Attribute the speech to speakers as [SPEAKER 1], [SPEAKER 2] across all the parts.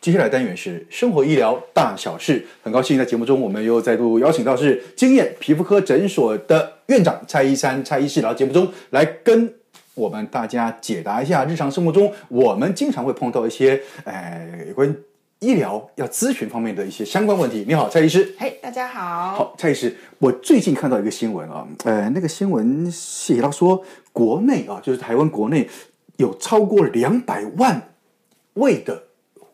[SPEAKER 1] 接下来单元是生活医疗大小事。很高兴在节目中，我们又再度邀请到是经验皮肤科诊所的院长蔡医山、蔡医师来到节目中来跟我们大家解答一下日常生活中我们经常会碰到一些呃有关医疗要咨询方面的一些相关问题。你好，蔡医师。
[SPEAKER 2] 嘿大家好。
[SPEAKER 1] 好，蔡医师，我最近看到一个新闻啊，呃，那个新闻写到说，国内啊，就是台湾国内有超过两百万位的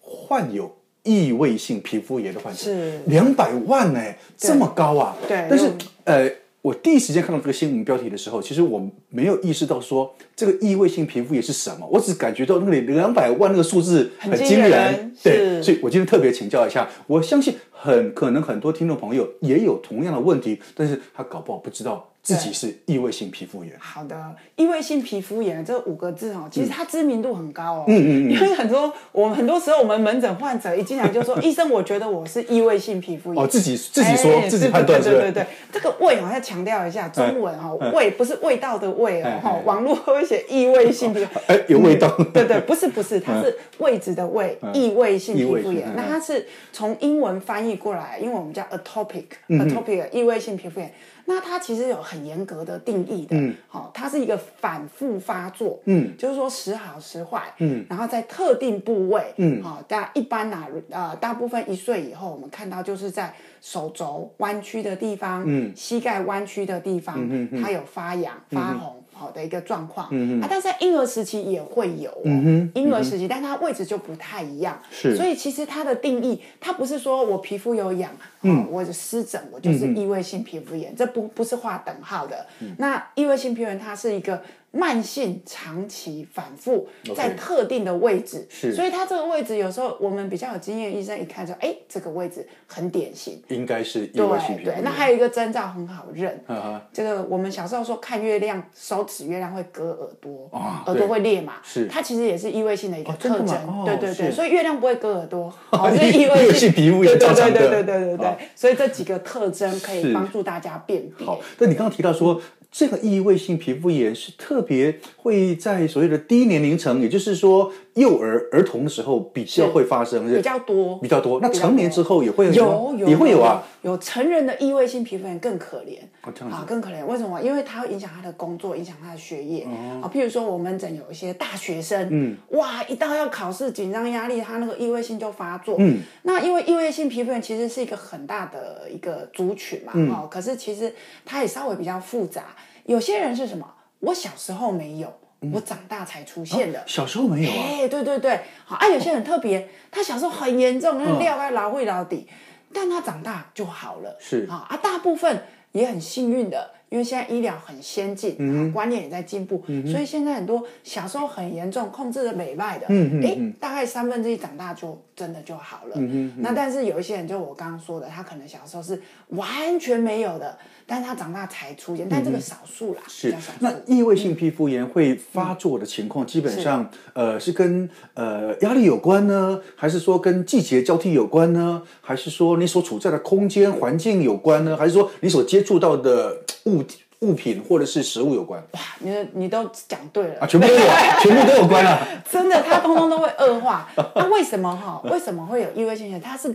[SPEAKER 1] 患有异位性皮肤炎的患者，
[SPEAKER 2] 是
[SPEAKER 1] 两百万呢、哎这么高啊？
[SPEAKER 2] 对
[SPEAKER 1] 但是
[SPEAKER 2] 嗯
[SPEAKER 1] 呃，我第一时间看到这个新闻标题的时候，其实我没有意识到说这个异位性皮肤炎是什么，我只感觉到那个两百万那个数字很
[SPEAKER 2] 很
[SPEAKER 1] 惊
[SPEAKER 2] 惊
[SPEAKER 1] 人，
[SPEAKER 2] 人
[SPEAKER 1] 对，
[SPEAKER 2] 是
[SPEAKER 1] 所以我今天特别请教一下，我相信很可能很多听众朋友也有同样的问题，但是他搞不好不知道自己
[SPEAKER 2] 对
[SPEAKER 1] 是异位性皮肤炎。
[SPEAKER 2] 好的，异位性皮肤炎这五个字哦，其实它知名度很高哦。
[SPEAKER 1] 嗯嗯嗯嗯
[SPEAKER 2] 因为很多我们很多时候我们门诊患者一进来就 说：“医生，我觉得我是异位性皮肤炎。”
[SPEAKER 1] 哦，自己自己说、
[SPEAKER 2] 哎
[SPEAKER 1] 自己判断是
[SPEAKER 2] 对
[SPEAKER 1] 不
[SPEAKER 2] 对
[SPEAKER 1] 是
[SPEAKER 2] 对对对，这个味好像强调一下，中文哦，
[SPEAKER 1] 哎
[SPEAKER 2] 味不是味道的味哦
[SPEAKER 1] 哎，
[SPEAKER 2] 哈
[SPEAKER 1] 哎，
[SPEAKER 2] 网络会写异味性皮肤，
[SPEAKER 1] 哎有味道 嗯
[SPEAKER 2] 嗯 对对，不是不是，它是位置的位，异味性皮
[SPEAKER 1] 异
[SPEAKER 2] 肤
[SPEAKER 1] 味性
[SPEAKER 2] 炎
[SPEAKER 1] 哎。
[SPEAKER 2] 那它是从英文翻译过来，因为我们叫
[SPEAKER 1] 嗯
[SPEAKER 2] atopic，atopic 异味性皮肤炎。那它其实有很严格的定义的，好，它是一个反复发作，
[SPEAKER 1] 嗯，
[SPEAKER 2] 就是说时好时坏，
[SPEAKER 1] 嗯，
[SPEAKER 2] 然后在特定部位，
[SPEAKER 1] 嗯
[SPEAKER 2] 好、大一般呐、啊，呃，大部分一岁以后，我们看到就是在手肘弯曲的地方，
[SPEAKER 1] 嗯
[SPEAKER 2] 膝盖弯曲的地方，
[SPEAKER 1] 嗯哼
[SPEAKER 2] 它有发痒、发红，好、的一个状况，
[SPEAKER 1] 嗯哼
[SPEAKER 2] 啊，但是在婴儿时期也会有、哦，
[SPEAKER 1] 嗯哼
[SPEAKER 2] 婴儿时期，但它位置就不太一样，
[SPEAKER 1] 是
[SPEAKER 2] 所以其实它的定义，它不是说我皮肤有痒，
[SPEAKER 1] 嗯
[SPEAKER 2] 哦，我的湿疹，我就是异位性皮肤炎，这不不是划等号的。
[SPEAKER 1] 嗯
[SPEAKER 2] 那异位性皮肤炎它是一个慢性、长期、反复
[SPEAKER 1] OK
[SPEAKER 2] 在特定的位置，
[SPEAKER 1] 是
[SPEAKER 2] 所以它这个位置有时候我们比较有经验，医生一看说，哎，这个位置很典型。
[SPEAKER 1] 应该是异
[SPEAKER 2] 对
[SPEAKER 1] 位性皮肤
[SPEAKER 2] 对
[SPEAKER 1] 炎。，
[SPEAKER 2] 那还有一个征兆很好认，
[SPEAKER 1] 啊哈
[SPEAKER 2] 这个我们小时候说看月亮，手指月亮会割耳朵，
[SPEAKER 1] 啊
[SPEAKER 2] 耳朵
[SPEAKER 1] 对
[SPEAKER 2] 会裂嘛，
[SPEAKER 1] 是
[SPEAKER 2] 它其实也是异位性的一个
[SPEAKER 1] 哦真
[SPEAKER 2] 特
[SPEAKER 1] 的吗
[SPEAKER 2] 征，
[SPEAKER 1] 哦
[SPEAKER 2] 对对对，
[SPEAKER 1] 是
[SPEAKER 2] 所以月亮不会割耳 朵，
[SPEAKER 1] 哦
[SPEAKER 2] 哦，所以异
[SPEAKER 1] 异位
[SPEAKER 2] 位
[SPEAKER 1] 性皮肤也
[SPEAKER 2] 对
[SPEAKER 1] 正
[SPEAKER 2] 对
[SPEAKER 1] 常
[SPEAKER 2] 对
[SPEAKER 1] 的
[SPEAKER 2] 对对对对
[SPEAKER 1] 好
[SPEAKER 2] 对，所以这几个特征可
[SPEAKER 1] 是
[SPEAKER 2] 以帮助大家辨别。
[SPEAKER 1] 好，那你刚刚提到说，这个异位性皮肤炎是特别会在所谓的低年龄层，也就是说幼儿儿童的时候比较会发生，是
[SPEAKER 2] 比较多，
[SPEAKER 1] 比较多。那
[SPEAKER 2] 比较
[SPEAKER 1] 成年之后也会
[SPEAKER 2] 有
[SPEAKER 1] 吗
[SPEAKER 2] 有
[SPEAKER 1] 也会有啊。，
[SPEAKER 2] 有成人的异位性皮肤炎更可怜
[SPEAKER 1] 哦这样子
[SPEAKER 2] 啊，更可怜。为什么？因为它会影响他的工作，影响他的学业
[SPEAKER 1] 哦
[SPEAKER 2] 啊。譬如说，我们诊有一些大学生，嗯，哇，一到要考试，紧张压力，他那个异位性就发作。
[SPEAKER 1] 嗯，
[SPEAKER 2] 那因为异位性皮肤炎其实是一个很大的一个族群
[SPEAKER 1] 嗯
[SPEAKER 2] 嘛，哦，可是其实它也稍微比较复杂。有些人是什么？我小时候没有，
[SPEAKER 1] 嗯
[SPEAKER 2] 我长大才出现的。
[SPEAKER 1] 小时候没有啊，
[SPEAKER 2] 哎、对对对，好啊，有些人很特别，他小时候很严重，那料该老会老底，但他长大就好了。
[SPEAKER 1] 是
[SPEAKER 2] 好啊，大部分也很幸运的，因为现在医疗很先进，啊观念也在进步，所以现在很多小时候很严重控制的美败的，嗯嗯哎、大概三分之一长大就真的就好了。那但是有一些人，就我刚刚说的，他可能小时候是完全没有的，但是他长大才出现，但这个少数啦，比
[SPEAKER 1] 是
[SPEAKER 2] 较少数。
[SPEAKER 1] 那异位性皮肤炎会发作的情况，基本上
[SPEAKER 2] 嗯
[SPEAKER 1] 呃是跟呃压力有关呢，还是说跟季节交替有关呢，还是说你所处在的空间环境有关呢，还是说你所接触到的物体物品或者是食物有关？
[SPEAKER 2] 哇，你你都讲对了
[SPEAKER 1] 啊，全部 都有啊，全部都有关啊。
[SPEAKER 2] 真的，它通通都会恶化。 那为什么哈？为什么会有异位性血？它是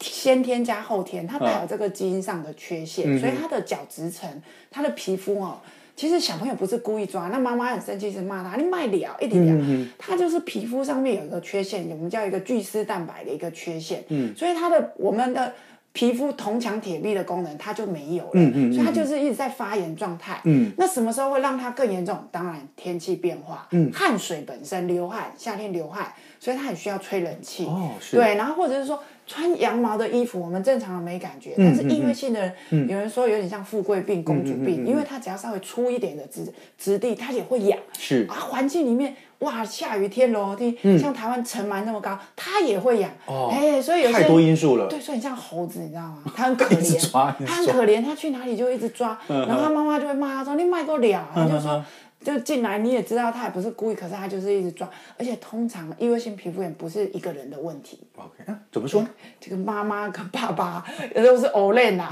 [SPEAKER 2] 先天加后天，它带有这个基因上的缺陷，所以它的角质层、它的皮肤哦。其实小朋友不是故意抓，那妈妈很生气，是骂他，你卖了一点了，他就是皮肤上面有一个缺陷，我们叫一个巨丝蛋白的一个缺陷，嗯，所以它的我们的皮肤铜墙铁壁的功能它就没有了，
[SPEAKER 1] 嗯嗯嗯
[SPEAKER 2] 所以它就是一直在发炎状态。
[SPEAKER 1] 嗯
[SPEAKER 2] 那什么时候会让它更严重？当然天气变化，
[SPEAKER 1] 嗯
[SPEAKER 2] 汗水本身流汗，夏天流汗，所以它很需要吹冷气。
[SPEAKER 1] 哦是
[SPEAKER 2] 对，然后或者是说穿羊毛的衣服，我们正常人没感觉，
[SPEAKER 1] 嗯
[SPEAKER 2] 但是异位性的人，有人说有点像富贵病、公主
[SPEAKER 1] 嗯
[SPEAKER 2] 病，因为它只要稍微粗一点的质质地，它也会痒。
[SPEAKER 1] 是
[SPEAKER 2] 啊，环境里面哇，下雨天、楼梯，像台湾尘螨那么高，它也会痒。
[SPEAKER 1] 嗯哦
[SPEAKER 2] 哎，所以有些
[SPEAKER 1] 太多因素了，
[SPEAKER 2] 对，所以很像猴子，你知道 吗？它很可
[SPEAKER 1] 一直
[SPEAKER 2] 怜，
[SPEAKER 1] 抓
[SPEAKER 2] 它
[SPEAKER 1] 一直
[SPEAKER 2] 很
[SPEAKER 1] 抓嗯
[SPEAKER 2] 可怜，它去哪里就一直抓，然后他妈妈就会骂他说：“你卖够了啊。”他就说。就进来，你也知道他也不是故意，可是他就是一直抓，而且通常异位性皮肤炎不是一个人的问题，
[SPEAKER 1] OK，啊怎么说呢？
[SPEAKER 2] 这个妈妈跟爸爸都是偶 练呐，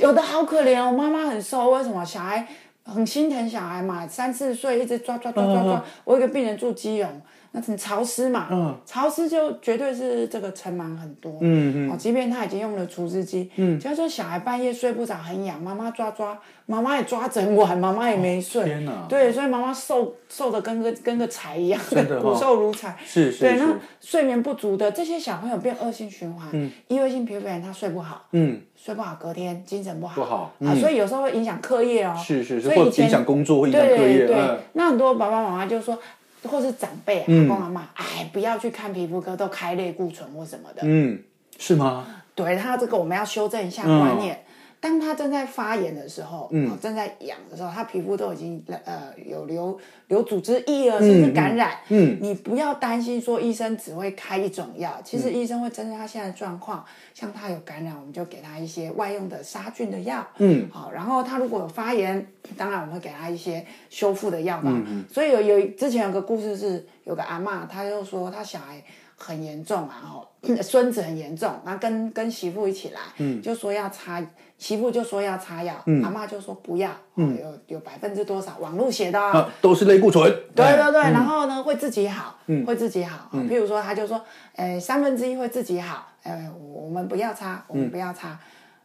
[SPEAKER 2] 有的好可怜哦，妈妈很瘦，为什么？小孩很心疼小孩嘛，三四岁一直抓抓抓抓抓。我有一个病人住基隆，那很潮湿嘛，
[SPEAKER 1] 嗯
[SPEAKER 2] 潮湿就绝对是这个尘螨很多，
[SPEAKER 1] 嗯
[SPEAKER 2] 哦，即便他已经用了除湿机，嗯，就说小孩半夜睡不着，很痒，妈妈抓抓，妈妈也抓整晚，妈妈也没睡，
[SPEAKER 1] 哦天哪
[SPEAKER 2] 对，所以妈妈瘦瘦的跟个跟个柴一样，
[SPEAKER 1] 真的哦
[SPEAKER 2] 骨瘦如柴，
[SPEAKER 1] 是是
[SPEAKER 2] 对，
[SPEAKER 1] 是
[SPEAKER 2] 那睡眠不足的这些小朋友变恶性循环，异位性皮肤炎他睡不好，
[SPEAKER 1] 嗯，
[SPEAKER 2] 睡不好隔天精神不好，
[SPEAKER 1] 不好
[SPEAKER 2] 啊，
[SPEAKER 1] 嗯
[SPEAKER 2] 所以有时候会影响课业哦，
[SPEAKER 1] 是是是，
[SPEAKER 2] 所
[SPEAKER 1] 或
[SPEAKER 2] 以以
[SPEAKER 1] 者
[SPEAKER 2] 前
[SPEAKER 1] 影响工作，会影响
[SPEAKER 2] 对
[SPEAKER 1] 课业，
[SPEAKER 2] 对
[SPEAKER 1] 嗯
[SPEAKER 2] 那很多爸爸妈妈就说，或是长辈、啊、阿公阿妈，哎，不要去看皮肤科，都开类固醇或什么的，
[SPEAKER 1] 嗯，是吗？
[SPEAKER 2] 对他这个我们要修正一下
[SPEAKER 1] 嗯
[SPEAKER 2] 观念。当他正在发炎的时候，嗯、正在痒的时候，他皮肤都已经呃有流流组织液了，甚至感染。
[SPEAKER 1] 嗯
[SPEAKER 2] 你不要担心说医生只会开一种药，其
[SPEAKER 1] 嗯
[SPEAKER 2] 实医生会针对他现在的状况，像他有感染，我们就给他一些外用的杀菌的药。
[SPEAKER 1] 嗯，
[SPEAKER 2] 好，然后他如果有发炎，当然我们会给他一些修复的药
[SPEAKER 1] 嗯
[SPEAKER 2] 方。所以有有之前有个故事是，有个阿嬷，她就说她小孩很严重啊，哦， 孙子很严重，然后跟跟媳妇一起来，就说要擦，媳妇就说要擦药，阿嬷就说不要，哦、有有百分之多少网路写的、啊
[SPEAKER 1] 啊，都是类固醇，
[SPEAKER 2] 对对
[SPEAKER 1] 哎
[SPEAKER 2] 对，然后呢会自己好，
[SPEAKER 1] 嗯
[SPEAKER 2] 会自己好。啊譬如说，他就说，哎，三分之一会自己好，哎，我我们不要擦，
[SPEAKER 1] 嗯
[SPEAKER 2] 我们不要擦。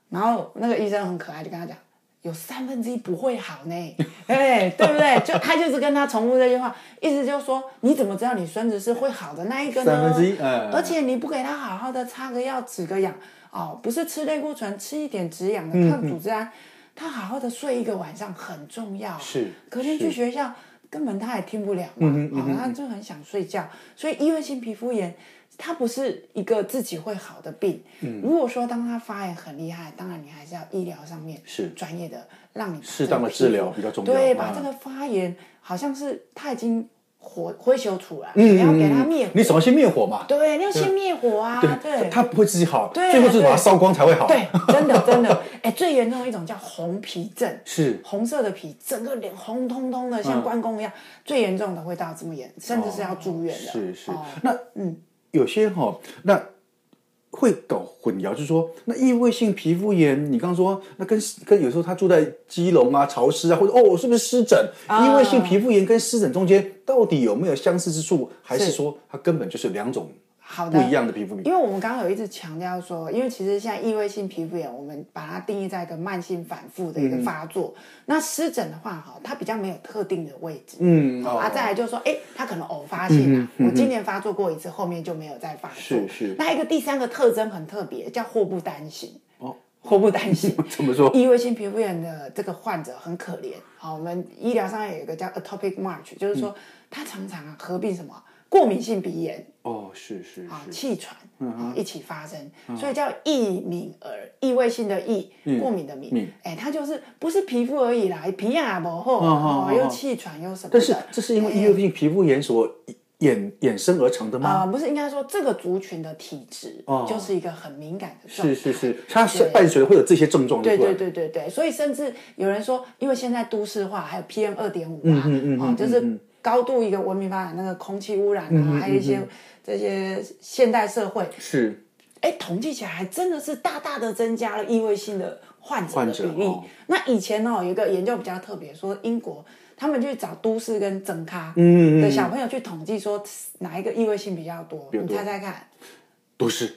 [SPEAKER 2] 然后那个医生很可爱，就跟他讲，有三分之一不会好呢， 哎，对不对？就他就是跟他重复这句话，意思就是说，你怎么知道你孙子是会好的那一个呢？
[SPEAKER 1] 三分之一哎
[SPEAKER 2] 而且你不给他好好的擦个药、止个痒，哦，不是吃类固醇，吃一点止痒
[SPEAKER 1] 嗯
[SPEAKER 2] 的抗组织胺。他好好的睡一个晚上很重要啊，
[SPEAKER 1] 是嗯
[SPEAKER 2] 隔天去学校根本他也听不了嘛，啊、他就很想睡觉，所以异位性皮肤炎。它不是一个自己会好的病。
[SPEAKER 1] 嗯
[SPEAKER 2] 如果说当它发炎很厉害，当然你还是要医疗上面
[SPEAKER 1] 是
[SPEAKER 2] 专业的，让你把
[SPEAKER 1] 适
[SPEAKER 2] 这个
[SPEAKER 1] 当的
[SPEAKER 2] 皮
[SPEAKER 1] 治
[SPEAKER 2] 肤
[SPEAKER 1] 疗比较重要
[SPEAKER 2] 对，
[SPEAKER 1] 嗯
[SPEAKER 2] 把这个发炎好像是它已经火灰球出来，你要给它灭火。
[SPEAKER 1] 嗯你首先灭火嘛，
[SPEAKER 2] 对，你要先灭火啊！对，
[SPEAKER 1] 它不会自己好，
[SPEAKER 2] 对啊
[SPEAKER 1] 最后就是把它
[SPEAKER 2] 对
[SPEAKER 1] 烧光才会好，
[SPEAKER 2] 对，真的真的，哎，最严重的一种叫红皮症，
[SPEAKER 1] 是
[SPEAKER 2] 红色的皮，整个脸红彤彤的，
[SPEAKER 1] 嗯
[SPEAKER 2] 像关公一样。最严重的会到这么严，甚至是要住院的。
[SPEAKER 1] 哦是是
[SPEAKER 2] 哦，
[SPEAKER 1] 那嗯，有些哈、那会搞混淆，就是说，那异位性皮肤炎，你刚刚说，那跟跟有时候他住在基隆啊、潮湿啊，或者哦，我是不是湿疹？
[SPEAKER 2] 啊
[SPEAKER 1] 异位性皮肤炎跟湿疹中间到底有没有相似之处，还是
[SPEAKER 2] 是
[SPEAKER 1] 说它根本就是两种
[SPEAKER 2] 好
[SPEAKER 1] 不
[SPEAKER 2] 的，
[SPEAKER 1] 一样的皮肤病？
[SPEAKER 2] 因为我们刚刚有一直强调说，因为其实像异位性皮肤炎，我们把它定义在一个慢性反复的一
[SPEAKER 1] 嗯
[SPEAKER 2] 个发作。那湿疹的话，哈，它比较没有特定的位置。
[SPEAKER 1] 嗯，
[SPEAKER 2] 好
[SPEAKER 1] 哦嗯
[SPEAKER 2] 啊，再来就是说，哎，它可能偶发性啊，我今年发作过一次，后面就没有再发作。
[SPEAKER 1] 是是
[SPEAKER 2] 那一个第三个特征很特别，叫祸不单行。哦，祸不单 行。
[SPEAKER 1] 怎么说？
[SPEAKER 2] 异位性皮肤炎的这个患者很可怜，好，我们医疗上有一个叫 atopic march，就是说他常常啊合并什么过敏性鼻炎
[SPEAKER 1] 哦，是是嗯
[SPEAKER 2] 啊、
[SPEAKER 1] 是，
[SPEAKER 2] 气喘啊一起发生，所以叫异敏儿，异位性的异，过敏的
[SPEAKER 1] 敏
[SPEAKER 2] 敏，哎，它就是不是皮肤而已啦，皮亚不厚，
[SPEAKER 1] 哦
[SPEAKER 2] 哦
[SPEAKER 1] 哦
[SPEAKER 2] 又
[SPEAKER 1] 哦
[SPEAKER 2] 气喘又什么的，啊嗯
[SPEAKER 1] 但是这是因为异位性皮肤炎所衍衍生而成的吗？
[SPEAKER 2] 啊，不是应该说这个族群的体质
[SPEAKER 1] 哦
[SPEAKER 2] 就是一个很敏感的状态
[SPEAKER 1] 是。是是，它是
[SPEAKER 2] 对
[SPEAKER 1] 伴随着会有这些症状就
[SPEAKER 2] 对
[SPEAKER 1] 出来
[SPEAKER 2] 对对对对，所以甚至有人说，因为现在都市化，还有 PM 二点五
[SPEAKER 1] 嗯
[SPEAKER 2] 啊，哦，就是高度一个文明发展，那个空气污染啊，
[SPEAKER 1] 嗯
[SPEAKER 2] 还有一些这些现代社会，
[SPEAKER 1] 是
[SPEAKER 2] 哎，统计起来还真的是大大的增加了异位性的患者
[SPEAKER 1] 患
[SPEAKER 2] 的
[SPEAKER 1] 者
[SPEAKER 2] 比例。
[SPEAKER 1] 哦
[SPEAKER 2] 那以前呢、有一个研究比较特别，说英国他们去找都市跟整咖
[SPEAKER 1] 嗯嗯嗯
[SPEAKER 2] 的小朋友去统计，说哪一个异位性比较多？
[SPEAKER 1] 比较多
[SPEAKER 2] 你猜猜看，
[SPEAKER 1] 都市。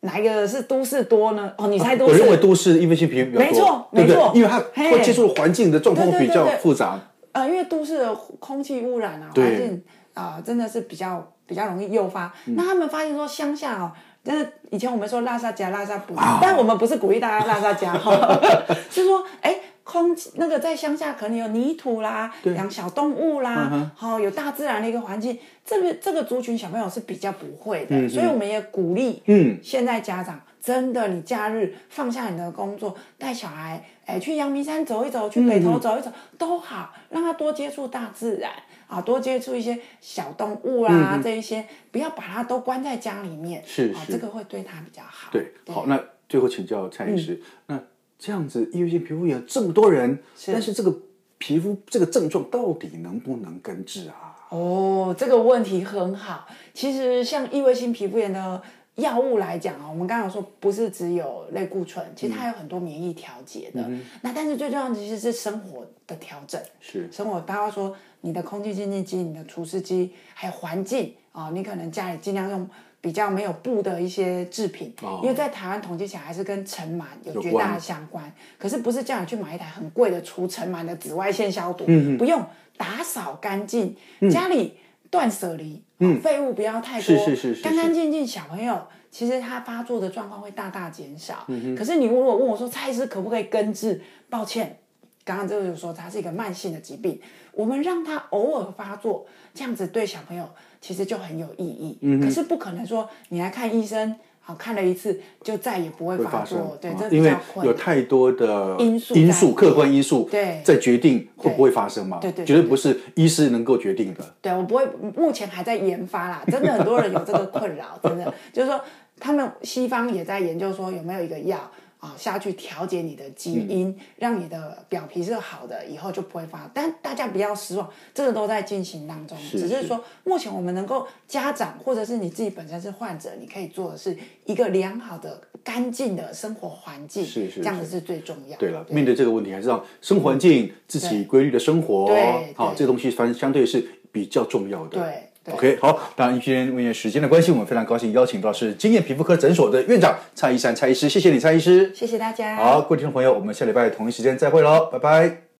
[SPEAKER 2] 哪一个是都市多呢？哦，你猜都
[SPEAKER 1] 啊我
[SPEAKER 2] 市？
[SPEAKER 1] 认为都市异位性皮肤比较多
[SPEAKER 2] 没错
[SPEAKER 1] 对不对
[SPEAKER 2] 没错
[SPEAKER 1] 因为它
[SPEAKER 2] 嘿
[SPEAKER 1] 会接触环境的状况
[SPEAKER 2] 对
[SPEAKER 1] 比
[SPEAKER 2] 对对
[SPEAKER 1] 较
[SPEAKER 2] 对
[SPEAKER 1] 复杂。
[SPEAKER 2] 呃，因为都市的空气污染啊，
[SPEAKER 1] 对
[SPEAKER 2] 环境啊、真的是比较比较容易诱发。那他们发现说，乡下哦，但是以前我们说拉萨加拉萨补，但我们不是鼓励大家拉萨加哈， 是说哎。空气那个在乡下可能有泥土啦，养小动物啦，好、有大自然的一个环境，这个这个族群小朋友是比较不会的，所以我们也鼓励，
[SPEAKER 1] 嗯，
[SPEAKER 2] 现在家长真的你假日放下你的工作，带小孩哎去阳明山走一走，去北
[SPEAKER 1] 嗯
[SPEAKER 2] 头走一走、都好，让他多接触大自然啊，多接触一些小动物啦、这一些，不要把他都关在家里面，
[SPEAKER 1] 嗯是
[SPEAKER 2] 啊，
[SPEAKER 1] 是
[SPEAKER 2] 这个会对嗯他比较好。
[SPEAKER 1] 对，好，那最后请教蔡医师，那这样子抑郁性皮肤炎这么多人，但是这个皮肤这个症状到底能不能根治啊？
[SPEAKER 2] 哦，这个问题很好。其实像异位性皮肤炎的药物来讲啊，我们刚刚有说不是只有类固醇，其
[SPEAKER 1] 嗯
[SPEAKER 2] 实它有很多免疫调节的。那但是最重要的其实是生活的调整。
[SPEAKER 1] 是
[SPEAKER 2] 生活，包括说你的空气净净机、你的除湿机，还有环境啊、你可能家里尽量用比较没有布的一些制品，
[SPEAKER 1] 哦
[SPEAKER 2] 因为在台湾统计起来还是跟尘螨有
[SPEAKER 1] 有
[SPEAKER 2] 绝
[SPEAKER 1] 关
[SPEAKER 2] 大的相关。可是不是叫你去买一台很贵的除尘螨的紫外线消毒，
[SPEAKER 1] 嗯
[SPEAKER 2] 不用，打扫干净，家里断舍离，哦废物不要太多，
[SPEAKER 1] 嗯是是是是
[SPEAKER 2] 干干净净，小朋友。其实他发作的状况会大大减少，
[SPEAKER 1] 嗯
[SPEAKER 2] 可是你如果问我说蔡医师可不可以根治，抱歉，刚刚这个就说它是一个慢性的疾病，我们让它偶尔发作，这样子对小朋友其实就很有意义。
[SPEAKER 1] 嗯
[SPEAKER 2] 可是不可能说你来看医生，好看了一次就再也不会
[SPEAKER 1] 会
[SPEAKER 2] 发
[SPEAKER 1] 发
[SPEAKER 2] 作，
[SPEAKER 1] 生，
[SPEAKER 2] 对，
[SPEAKER 1] 啊
[SPEAKER 2] 这比
[SPEAKER 1] 因为
[SPEAKER 2] 较困
[SPEAKER 1] 有
[SPEAKER 2] 难。
[SPEAKER 1] 太多的
[SPEAKER 2] 因素
[SPEAKER 1] 因
[SPEAKER 2] 在
[SPEAKER 1] 素客观因素
[SPEAKER 2] 对
[SPEAKER 1] 在决定会不会发生嘛？
[SPEAKER 2] 对对对
[SPEAKER 1] 绝对不是医师能够决定的。
[SPEAKER 2] 对我不会，目前还在研发啦，真的很多人有这个困扰，真的就是说，他们西方也在研究说有没有一个药。啊、下去调节你的基
[SPEAKER 1] 嗯
[SPEAKER 2] 因，让你的表皮是好的，以后就不会发。但大家不要失望，这个都在进行当中。
[SPEAKER 1] 是
[SPEAKER 2] 只是
[SPEAKER 1] 是
[SPEAKER 2] 说，目前我们能够家长或者是你自己本身是患者，你可以做的是一个良好的、干净的生活环境，
[SPEAKER 1] 是是是
[SPEAKER 2] 这样子是最重要的。
[SPEAKER 1] 对了，面对这个问题，还是让生活环境、自己规律的生活
[SPEAKER 2] 对，
[SPEAKER 1] 好，
[SPEAKER 2] 对
[SPEAKER 1] 这东西反相对是比较重要的。
[SPEAKER 2] 对对
[SPEAKER 1] OK，好，当然今天因为时间的关系，我们非常高兴邀请到是经验皮肤科诊所的院长蔡一山蔡医师，谢谢你蔡医师。
[SPEAKER 2] 谢谢大家。
[SPEAKER 1] 好，各位听众朋友，我们下礼拜同一时间再会喽，拜拜。